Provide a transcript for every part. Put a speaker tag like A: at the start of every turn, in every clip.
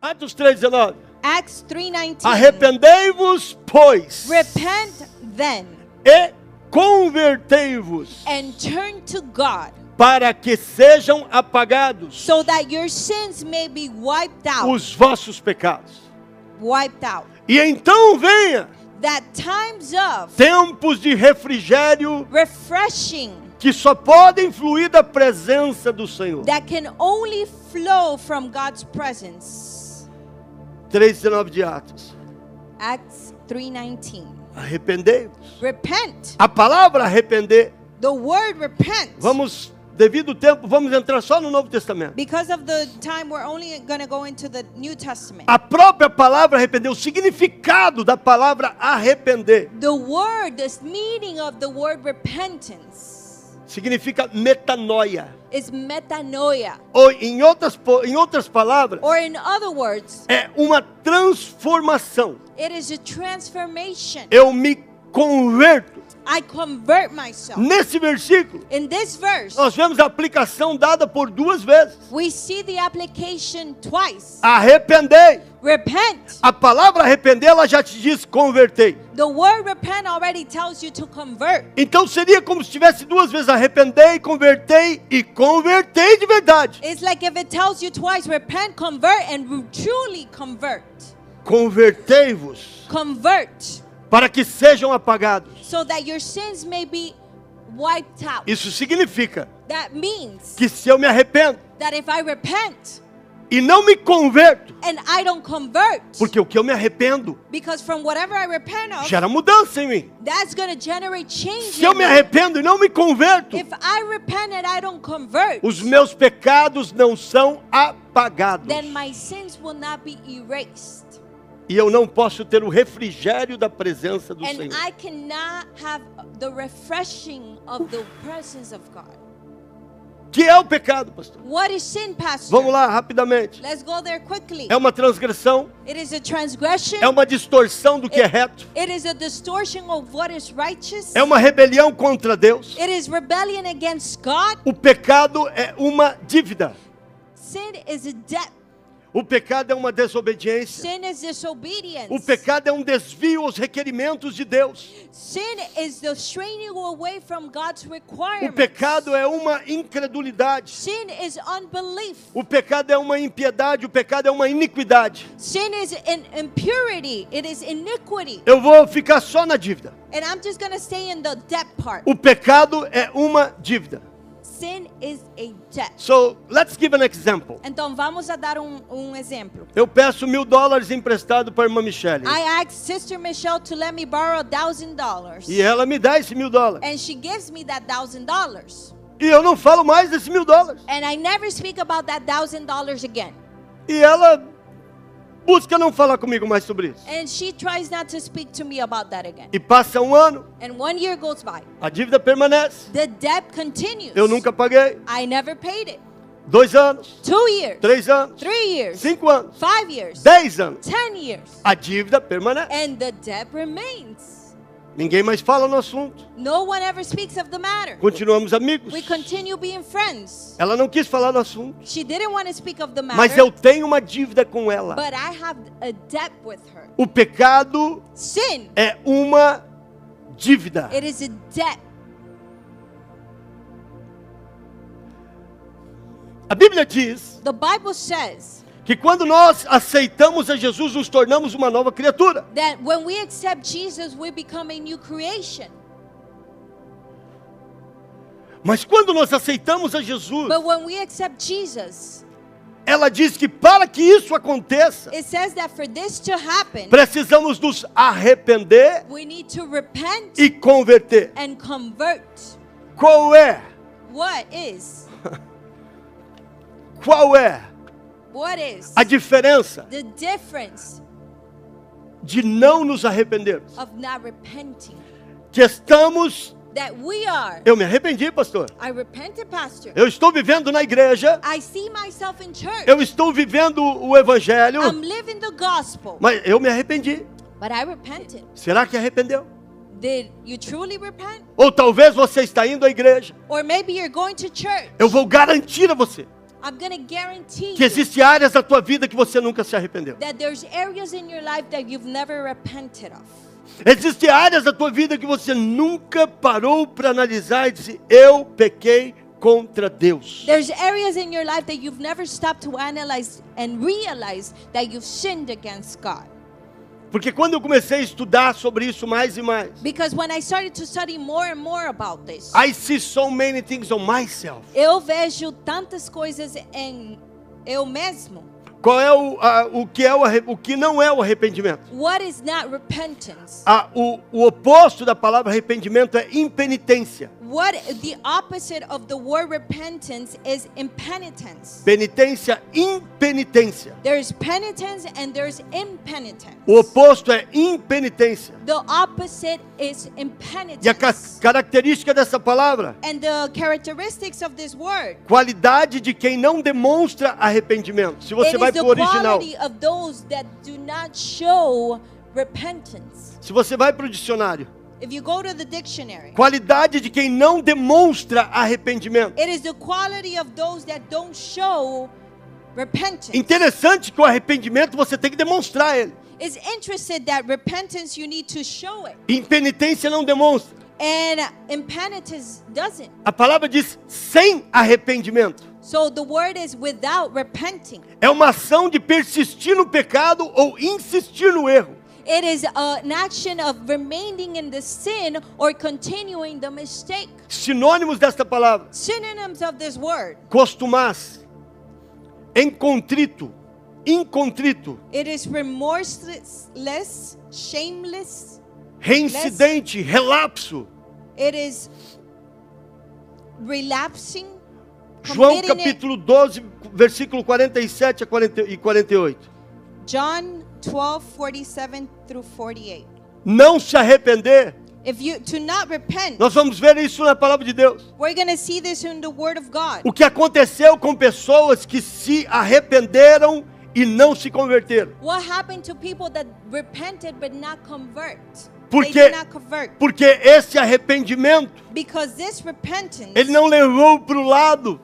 A: Atos 3,19.
B: Acts 3:19.
A: Arrependei-vos, pois,
B: Repent then
A: e convertei-vos,
B: and turn to God
A: para que sejam apagados
B: so that your sins may be wiped out.
A: os vossos pecados.
B: Wiped out.
A: E então venha
B: That times of
A: tempos de refrigério
B: refreshing
A: que só podem fluir da presença do Senhor.
B: that can only flow from God's presence.
A: 3,19 de Atos.
B: Acts 3:19.
A: Arrependei-vos.
B: Repent.
A: A palavra arrepender,
B: The word repent.
A: vamos, devido ao tempo, vamos entrar só no Novo Testamento.
B: Because of the time we're only going to go into the New Testament.
A: A própria palavra arrepender, o significado da palavra arrepender,
B: The word, this meaning of the word repentance
A: significa metanoia.
B: is metanoia.
A: Ou, em outras, po- em outras palavras,
B: Or in other words,
A: é uma transformação.
B: it is a transformation.
A: Eu me converto.
B: I convert myself.
A: Nesse versículo,
B: In this verse,
A: nós vemos a aplicação dada por duas vezes.
B: we see the application twice.
A: Arrependei.
B: Repent.
A: A palavra arrepender, ela já te diz convertei.
B: The word repent already tells you to convert.
A: Então seria como se tivesse duas vezes arrependei, convertei e convertei de verdade.
B: It's like if it tells you twice, repent, convert, and truly convert.
A: Convertei-vos
B: Convert.
A: para que sejam apagados.
B: so that your sins may be wiped out.
A: Isso significa
B: That means
A: que se eu me arrependo
B: that if I repent
A: e não me converto,
B: and I don't convert,
A: porque o que eu me arrependo
B: because from whatever I repent of,
A: gera mudança em mim.
B: that's going to generate change.
A: Se eu
B: in
A: me
B: me.
A: arrependo e não me converto,
B: If I repent and I don't convert,
A: os meus pecados não são apagados.
B: then my sins will not be erased.
A: E eu não posso ter o refrigério da presença do
B: And
A: Senhor.
B: I cannot have the refreshing of the presence of God.
A: Que é o pecado, pastor?
B: What is sin, Pastor?
A: Vamos lá, rapidamente.
B: Let's go there quickly.
A: É uma transgressão,
B: It is a transgression.
A: é uma distorção do que é reto,
B: It is a distortion of what is righteous.
A: é uma rebelião contra Deus.
B: It is rebellion against God.
A: O pecado é uma dívida.
B: Sin is a debt.
A: O pecado é uma desobediência.
B: Sin is disobedience.
A: O pecado é um desvio aos requerimentos de Deus.
B: Sin is the straying away from God's
A: O
B: requirements.
A: pecado é uma incredulidade.
B: Sin is unbelief.
A: O pecado é uma impiedade. O pecado é uma iniquidade.
B: Sin is in impurity. It is iniquity.
A: Eu vou ficar só na dívida.
B: And I'm just going to stay in the debt part.
A: O pecado é uma dívida.
B: Sin is a debt.
A: So, let's give an example.
B: Então vamos a dar um, um exemplo.
A: Eu peço mil dólares emprestado para a irmã Michelle.
B: I asked Sister Michelle to let me borrow a thousand dollars.
A: E ela me dá esse mil dólares.
B: And she gives me that thousand dollars.
A: E eu não falo mais desse mil dólares.
B: And I never speak about that thousand dollars again.
A: E ela busca não falar comigo mais sobre isso.
B: And she tries not to speak to me about that again.
A: E passa um ano,
B: And one year goes by.
A: a dívida permanece.
B: The debt continues.
A: Eu nunca paguei.
B: I never paid it.
A: Dois anos,
B: Two years.
A: três anos,
B: Three years.
A: cinco anos,
B: Five years.
A: dez anos.
B: Ten years.
A: A dívida permanece.
B: And the debt remains.
A: Ninguém mais fala no assunto.
B: No one ever speaks of the matter.
A: Continuamos amigos.
B: We continue being friends.
A: Ela não quis falar no assunto.
B: She didn't want to speak of the
A: Mas eu
B: matter.
A: tenho uma dívida com ela.
B: But I have a debt with her.
A: O pecado
B: Sin.
A: é uma dívida.
B: It is a debt.
A: A Bíblia diz
B: The Bible says
A: que quando nós aceitamos a Jesus, nos tornamos uma nova criatura.
B: that when we accept Jesus, we become a new creation.
A: Mas quando nós aceitamos a Jesus,
B: But when we accept Jesus,
A: ela diz que para que isso aconteça,
B: it says that for this to happen,
A: precisamos nos arrepender
B: we need to repent
A: e converter.
B: and convert.
A: Qual é?
B: What is?
A: Qual é
B: What is
A: a diferença
B: the difference
A: de não nos arrependermos?
B: of not repenting?
A: Que estamos,
B: That we are.
A: eu me arrependi, pastor.
B: I repented, Pastor.
A: Eu estou vivendo na igreja,
B: I see myself in church.
A: eu estou vivendo o evangelho,
B: I'm living the gospel.
A: mas eu me arrependi.
B: But I repented.
A: Será que arrependeu?
B: Did you truly repent?
A: Ou talvez você está indo à igreja.
B: Or maybe you're going to church.
A: Eu vou garantir a você
B: I'm going to guarantee
A: que
B: you
A: existem áreas da tua vida que você nunca se arrependeu.
B: that there's areas in your life that you've never repented of.
A: Existem áreas da tua vida que você nunca parou para analisar e disse: Eu pequei contra Deus.
B: There's areas in your life that you've never stopped to analyze and realize that you've sinned against God.
A: Porque quando eu comecei a estudar sobre isso mais e mais,
B: Because when I started to study more and more about this,
A: I see so many things on myself.
B: eu vejo tantas coisas em eu mesmo.
A: Qual é o, a- o que é o, arre- o que não é o arrependimento?
B: What is not repentance?
A: A- o, o oposto da palavra arrependimento é impenitência.
B: What the opposite of the word repentance is impenitence.
A: Penitência, impenitência.
B: There's penitence and there's impenitence.
A: O oposto é impenitência.
B: The opposite is
A: E a ca-
B: impenitence.
A: característica dessa palavra,
B: And the characteristics of this word
A: qualidade de quem não demonstra arrependimento. Se
B: it
A: você
B: is
A: vai
B: the
A: para o original,
B: quality of those that do not show repentance.
A: se você vai para o dicionário,
B: If you go to the dictionary,
A: qualidade de quem não demonstra arrependimento.
B: it is the quality of those that don't show repentance.
A: Interessante que o arrependimento você tem que demonstrar ele.
B: It's interested that repentance you need to show it.
A: Impenitência não demonstra.
B: And impenitence doesn't.
A: A palavra diz sem arrependimento.
B: So the word is without repenting.
A: É uma ação de persistir no pecado ou insistir no erro.
B: It is uh, an action of remaining in the sin or continuing the mistake.
A: Sinônimos desta palavra:
B: Synonyms of this word.
A: costumaz, encontrito, incontrito,
B: It is remorseless, shameless.
A: reincidente, relapso.
B: It is relapsing.
A: João
B: committing it.
A: capítulo 12, versículo 47 a 40 e 48.
B: John 12, 47 through 48.
A: Não se arrepender,
B: If you do not repent,
A: nós vamos ver isso na palavra de Deus.
B: we're going to see this in the word of God.
A: O que aconteceu com pessoas que se arrependeram e não se converteram.
B: What happened to people that repented but not convert?
A: Porque-
B: they did not convert.
A: Porque esse arrependimento,
B: Because this repentance,
A: ele não levou para o lado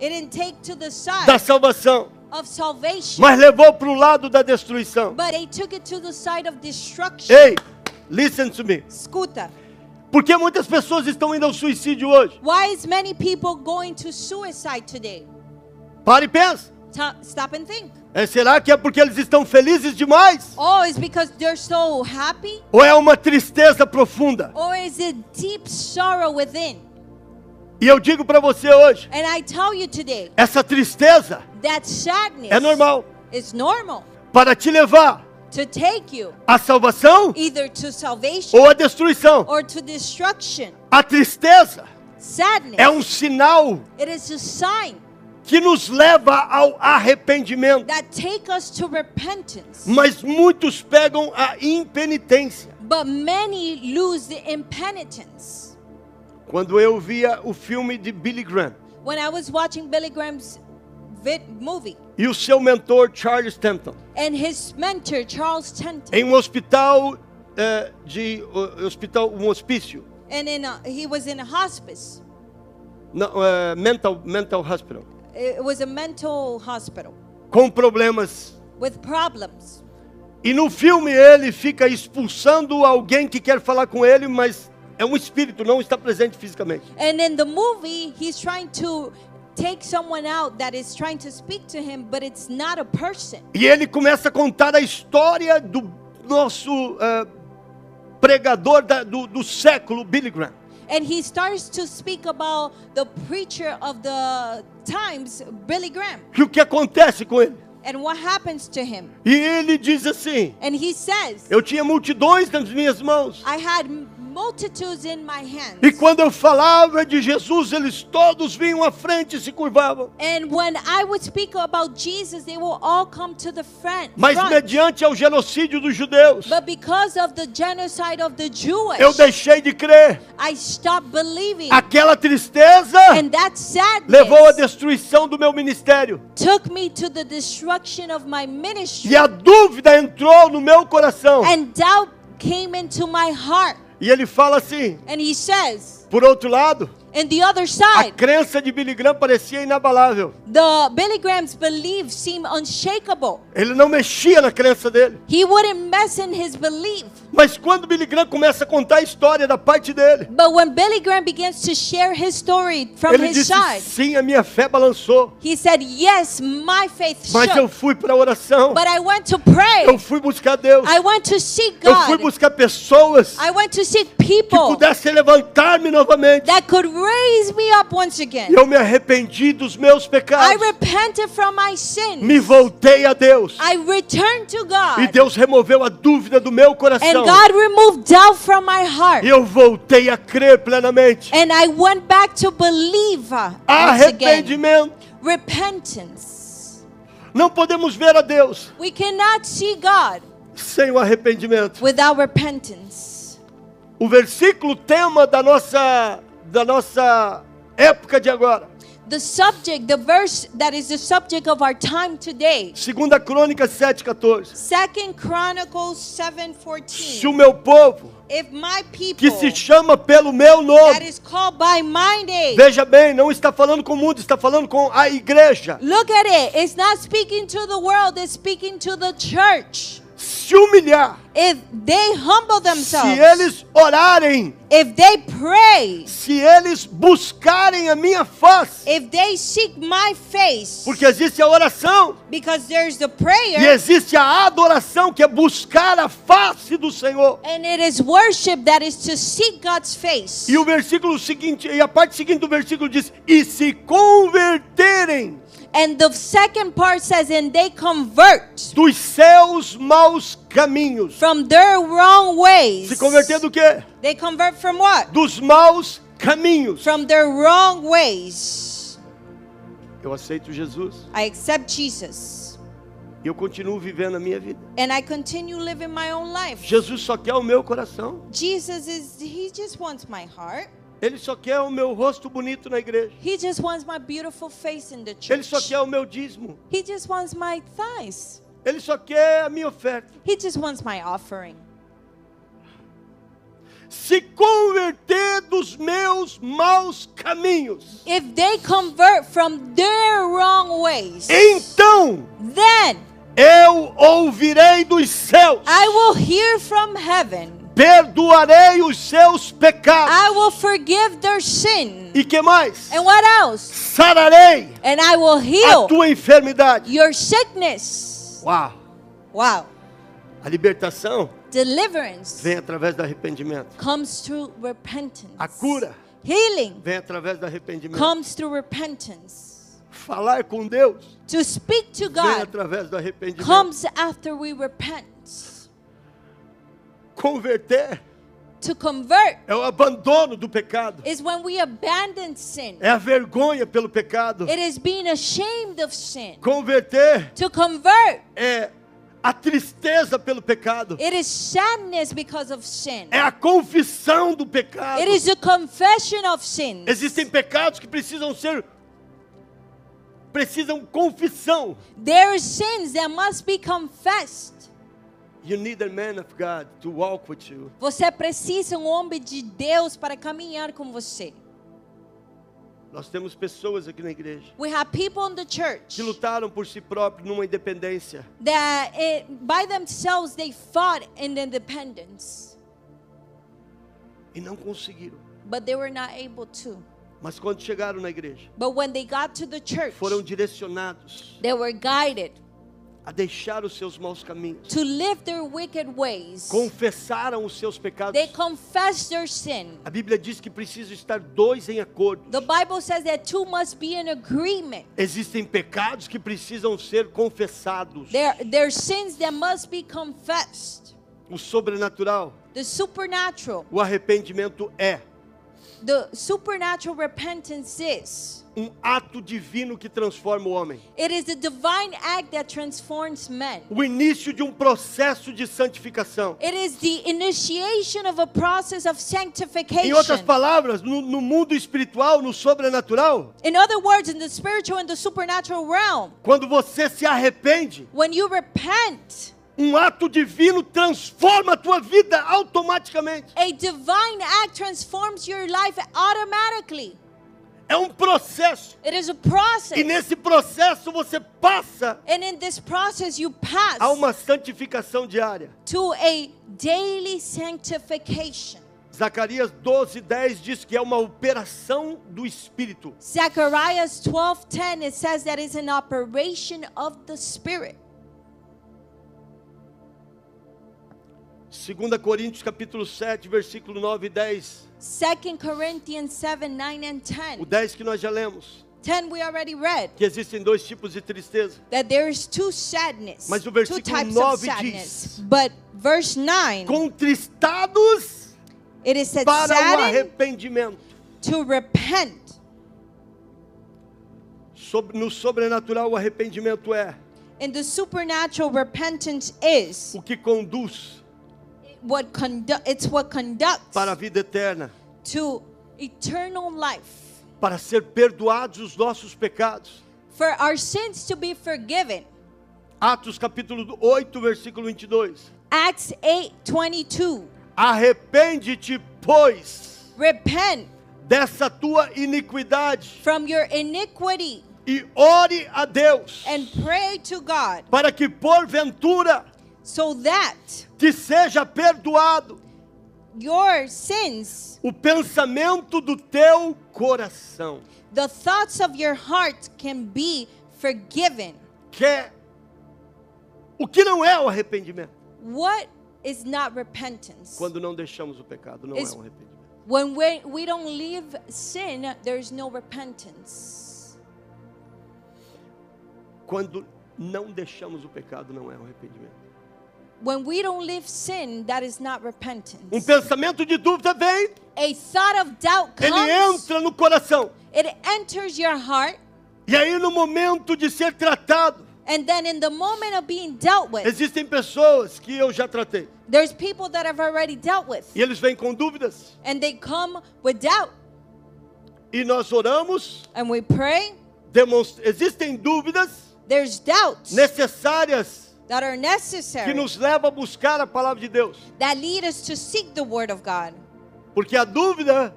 B: it didn't take to the side
A: da salvação,
B: of salvation,
A: mas levou para o lado da destruição.
B: but they took it to the side of destruction.
A: Ei, listen to me.
B: Escuta,
A: Por que muitas pessoas estão indo ao suicídio hoje?
B: why is many people going to suicide today?
A: Para e pensa.
B: Ta- stop and think.
A: É, será que é porque eles estão felizes demais?
B: Oh, it's because they're so happy?
A: Ou é uma tristeza profunda?
B: Or is it deep sorrow within?
A: E eu digo para você hoje,
B: And I tell you today,
A: essa tristeza
B: that sadness
A: é normal
B: is normal
A: para te levar
B: to take you
A: à salvação
B: either to salvation
A: ou à destruição.
B: or to destruction.
A: A tristeza
B: Sadness.
A: é um sinal
B: It is a sign
A: que nos leva ao arrependimento,
B: that take us to repentance.
A: mas muitos pegam a impenitência.
B: But many lose the impenitence.
A: Quando eu via o filme de Billy Graham
B: When I was watching Billy Graham's vid- movie
A: e o seu mentor Charles Stanton
B: and his mentor Charles Tenton,
A: em um hospital eh, de o- hospital um hospício,
B: and in a, he was in a hospice.
A: não, eh, mental mental hospital,
B: It was a mental hospital
A: com problemas
B: with problems.
A: E no filme ele fica expulsando alguém que quer falar com ele, mas é um espírito, não está presente fisicamente.
B: And in the movie, he's trying to take someone out that is trying to speak to him, but it's not a person.
A: E ele começa a contar a história do nosso eh, pregador da- do, do século, Billy Graham.
B: And he starts to speak about the preacher of the times, Billy Graham,
A: E o que acontece com ele?
B: and what happens to him.
A: E ele diz assim:
B: And he says,
A: Eu tinha multidões nas minhas mãos.
B: I had multitudes in my hands.
A: E quando eu falava de Jesus, eles todos vinham à frente e se curvavam.
B: And when I would speak about Jesus, they will all come to the front.
A: Mas
B: front.
A: mediante ao genocídio dos judeus,
B: But because of the genocide of the Jewish,
A: eu deixei de crer.
B: I stopped believing.
A: Aquela tristeza
B: And that sadness
A: levou à destruição do meu ministério.
B: took me to the destruction of my ministry.
A: E a dúvida entrou no meu coração.
B: And doubt came into my heart.
A: E ele fala assim:
B: And he says,
A: por outro lado,
B: And the other
A: A
B: side,
A: crença de Billy Graham parecia inabalável.
B: the Billy Graham's belief seemed unshakable.
A: Ele não mexia na crença dele.
B: He wouldn't mess in his belief.
A: Mas quando Billy Graham começa a contar a história da parte dele,
B: But when Billy Graham begins to share his story from
A: ele
B: his
A: disse:
B: side,
A: Sim, a minha fé balançou.
B: he said, Yes, my faith
A: Mas eu
B: shook.
A: fui para a oração.
B: But I went to pray.
A: Eu fui buscar Deus.
B: I went to seek
A: Eu fui
B: God.
A: buscar pessoas
B: I went to seek
A: que
B: people
A: pudessem levantar-me novamente.
B: that could raise me up once again.
A: E eu me arrependi dos meus
B: I
A: pecados.
B: repented from my sin.
A: Me voltei a Deus.
B: I returned to God.
A: E Deus removeu a dúvida do meu
B: And
A: coração.
B: God removed doubt from my heart.
A: E eu voltei a crer plenamente.
B: And I went back to believe uh,
A: Ah,
B: once again.
A: Arrependimento.
B: Repentance.
A: Não podemos ver a Deus
B: We cannot see God
A: sem o arrependimento.
B: without repentance.
A: O versículo tema da nossa da nossa época de agora.
B: The subject, the verse that is the subject of our time today.
A: Segunda Crônicas 7:14.
B: Second Chronicles 7:14.
A: Se o meu povo,
B: If my people
A: que se chama pelo meu
B: that
A: nome,
B: is called by my name.
A: veja bem, não está falando com o mundo, está falando com a igreja.
B: Look at it. It's not speaking to the world, it's speaking to the church.
A: Se humilhar,
B: If they humble
A: se
B: themselves,
A: eles orarem,
B: if they pray,
A: se eles buscarem a minha face,
B: if they seek my face,
A: porque existe a oração
B: because there's the
A: e
B: prayer
A: existe a adoração que é buscar a face do Senhor.
B: and it is worship that is to seek God's face.
A: E o versículo seguinte, e a parte seguinte do versículo diz: "E se converterem
B: And the second part says, and they convert
A: dos seus maus caminhos".
B: from their wrong ways.
A: Se converter do quê?
B: They convert from what?
A: Dos maus caminhos.
B: From their wrong ways.
A: Eu aceito Jesus
B: I accept Jesus.
A: e eu continuo vivendo a minha vida.
B: and I continue living my own life.
A: Jesus só quer o meu coração.
B: Jesus is, he just wants my heart.
A: Ele só quer o meu rosto bonito na igreja.
B: He just wants my beautiful face in the
A: Ele
B: church.
A: só quer o meu dízimo.
B: He just wants my thighs.
A: Ele só quer a minha oferta.
B: He just wants my offering.
A: Se converter dos meus maus caminhos.
B: If they convert from their wrong ways,
A: Então
B: then
A: eu ouvirei dos céus,
B: I will hear from heaven.
A: perdoarei os seus pecados.
B: I will forgive their sin.
A: E que mais?
B: And what else?
A: Sararei
B: And I will
A: a
B: heal
A: tua enfermidade.
B: your sickness.
A: Uau!
B: Wow.
A: A libertação
B: Deliverance
A: vem através do arrependimento.
B: comes through repentance.
A: A cura
B: Healing
A: vem através do arrependimento.
B: comes through repentance.
A: Falar com Deus
B: To speak to
A: vem
B: God
A: através do arrependimento.
B: comes after we repent.
A: Converter
B: To convert
A: é o abandono do pecado.
B: is when we abandon sin.
A: É a vergonha pelo pecado.
B: It is being ashamed of sin.
A: Converter
B: To convert,
A: é a tristeza pelo pecado.
B: it is sadness because of sin.
A: É a confissão do pecado.
B: It is a confession of sin.
A: Existem pecados que precisam ser precisam confissão.
B: There are sins that must be confessed.
A: You need a man of God to walk with you.
B: Você precisa um homem de Deus para caminhar com você.
A: Nós temos pessoas aqui na igreja
B: We have people in the church
A: que lutaram por si próprios numa independência.
B: that it, by themselves they fought in independence,
A: e não conseguiram.
B: but they were not able to.
A: Mas quando chegaram na igreja,
B: But when they got to the church,
A: foram direcionados
B: they were guided
A: a deixar os seus maus caminhos.
B: to live their wicked ways.
A: Confessaram os seus pecados.
B: They confessed their sin.
A: A Bíblia diz que precisam estar dois em acordo.
B: The Bible says that two must be in agreement.
A: Existem pecados que precisam ser confessados.
B: There, there are sins that must be confessed.
A: O sobrenatural,
B: The supernatural,
A: o arrependimento é
B: the supernatural repentance is.
A: um ato divino que transforma o homem.
B: It is the divine act that transforms men.
A: O início de um processo de santificação.
B: It is the initiation of a process
A: Em
B: of
A: outras
B: sanctification.
A: palavras, no, no mundo espiritual, no sobrenatural,
B: In other words, in the spiritual and the supernatural realm,
A: quando você se arrepende,
B: when you repent,
A: um ato divino transforma a tua vida automaticamente.
B: A divine act transforms your life automatically.
A: É um processo.
B: It is a process.
A: E nesse processo você passa
B: and in this process, you pass
A: a uma santificação diária.
B: to a daily sanctification.
A: Zacarias 12, 10 diz que é uma operação do Espírito.
B: Zacharias 12:10 it says that it's an operation of the spirit.
A: 2 Coríntios capítulo 7, versículo 9 e 10.
B: 2 Corinthians 7, 9 and
A: O
B: 10.
A: 10 que nós já lemos.
B: 10 we already read.
A: Que existem dois tipos de tristeza.
B: That there is two sadness,
A: Mas o
B: two
A: versículo
B: types
A: 9
B: of sadness.
A: diz,
B: But verse 9,
A: Contristados
B: it is said
A: para o
B: saddened
A: arrependimento.
B: to repent.
A: Sob- No sobrenatural, o arrependimento é
B: And the supernatural repentance is
A: o que conduz
B: what condu- it's what conducts
A: para a vida eterna,
B: to eternal life.
A: para ser perdoados os nossos pecados.
B: For our sins to be forgiven.
A: Atos capítulo 8, versículo 22.
B: Acts 8:22.
A: Arrepende-te, pois,
B: Repent
A: dessa tua iniquidade
B: from your iniquity
A: e ore a Deus,
B: and pray to God
A: para que porventura
B: so that
A: te seja perdoado
B: your sins,
A: o pensamento do teu coração.
B: the thoughts of your heart can be forgiven.
A: Que é o que não é o arrependimento?
B: What is not repentance?
A: Quando não deixamos o pecado, não
B: Isso.
A: é um arrependimento.
B: When we, we don't leave sin, there's no repentance.
A: Quando não deixamos o pecado, não é um arrependimento.
B: When we don't leave sin, that is not repentance.
A: Um pensamento de dúvida vem,
B: A thought of doubt
A: ele
B: comes,
A: entra no coração.
B: it enters your heart,
A: E aí, no momento de ser tratado,
B: and then in the moment of being dealt with,
A: existem pessoas que eu já tratei.
B: There's people that I've already dealt with,
A: E eles vêm com dúvidas.
B: and they come with doubt,
A: E nós oramos.
B: and we pray.
A: demonstra- Existem dúvidas
B: There's doubts
A: necessárias
B: that are
A: que
B: necessary
A: nos levam a buscar a palavra de Deus.
B: that lead us to seek the Word of God,
A: Porque a dúvida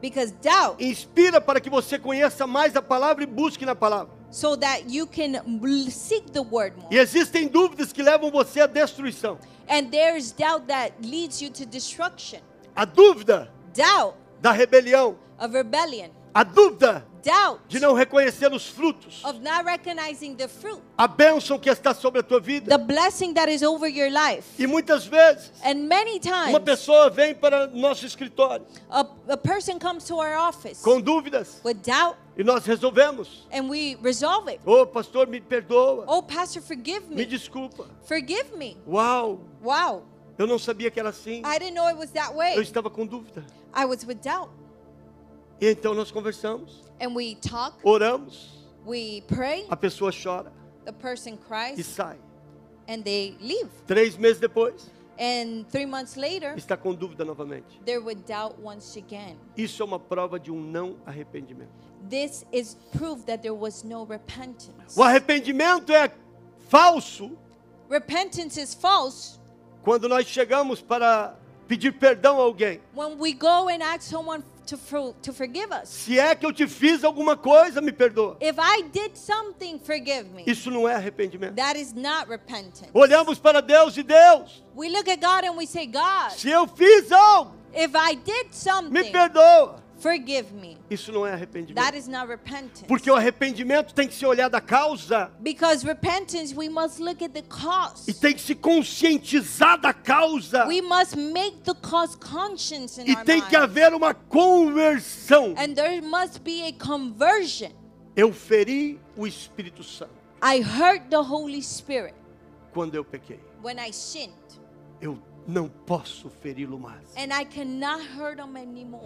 B: because doubt,
A: inspira para que você conheça mais a palavra e busque na palavra.
B: so that you can l- seek the Word more.
A: E existem dúvidas que levam você à destruição.
B: And there's doubt that leads you to destruction.
A: A dúvida
B: Doubt
A: da rebelião,
B: of rebellion.
A: a dúvida
B: Doubt
A: de não reconhecer os frutos,
B: of not recognizing the fruit,
A: a bênção que está sobre a tua vida.
B: the blessing that is over your life.
A: E muitas vezes,
B: And many times,
A: uma pessoa vem para nosso escritório
B: a, a person comes to our office
A: com dúvidas
B: with doubt.
A: e nós resolvemos.
B: and we resolve it.
A: Ô pastor, me perdoa,
B: Oh, pastor, forgive
A: me
B: me.
A: desculpa.
B: Forgive me.
A: Uau,
B: Wow.
A: eu não sabia que era assim.
B: I didn't know it was that
A: Eu
B: way.
A: estava com dúvida.
B: I was with doubt.
A: E então nós conversamos,
B: And we talk,
A: Oh. oramos,
B: we pray,
A: a pessoa chora
B: the person
A: e
B: cries,
A: sai.
B: and they leave.
A: Três meses depois,
B: And three months later,
A: está com dúvida novamente.
B: they're with doubt once again.
A: Isso é uma prova de um não arrependimento.
B: This is proof that there was no repentance.
A: O arrependimento é falso
B: Repentance is false
A: quando nós chegamos para pedir perdão a alguém.
B: when we go and ask someone to, for, to forgive us.
A: Se é que eu te fiz alguma coisa, me perdoa.
B: If I did something, forgive me.
A: Isso não é arrependimento.
B: That is not repentance.
A: Olhamos para Deus e Deus,
B: We look at God and we say, God,
A: se eu fiz algo,
B: if I did
A: me
B: something,
A: perdoa.
B: forgive me.
A: Isso não é
B: That
A: arrependimento.
B: is not repentance.
A: Porque o arrependimento tem que se olhar da causa
B: Because repentance, we must look at the cause.
A: e tem que se conscientizar da causa
B: We must make the cause conscience in
A: e
B: our
A: tem
B: mind.
A: que haver uma conversão.
B: And there must be a conversion.
A: Eu feri o Espírito Santo
B: I hurt the Holy Spirit
A: quando eu pequei.
B: when I sinned,
A: Eu não posso feri-lo mais.
B: and I cannot hurt him anymore.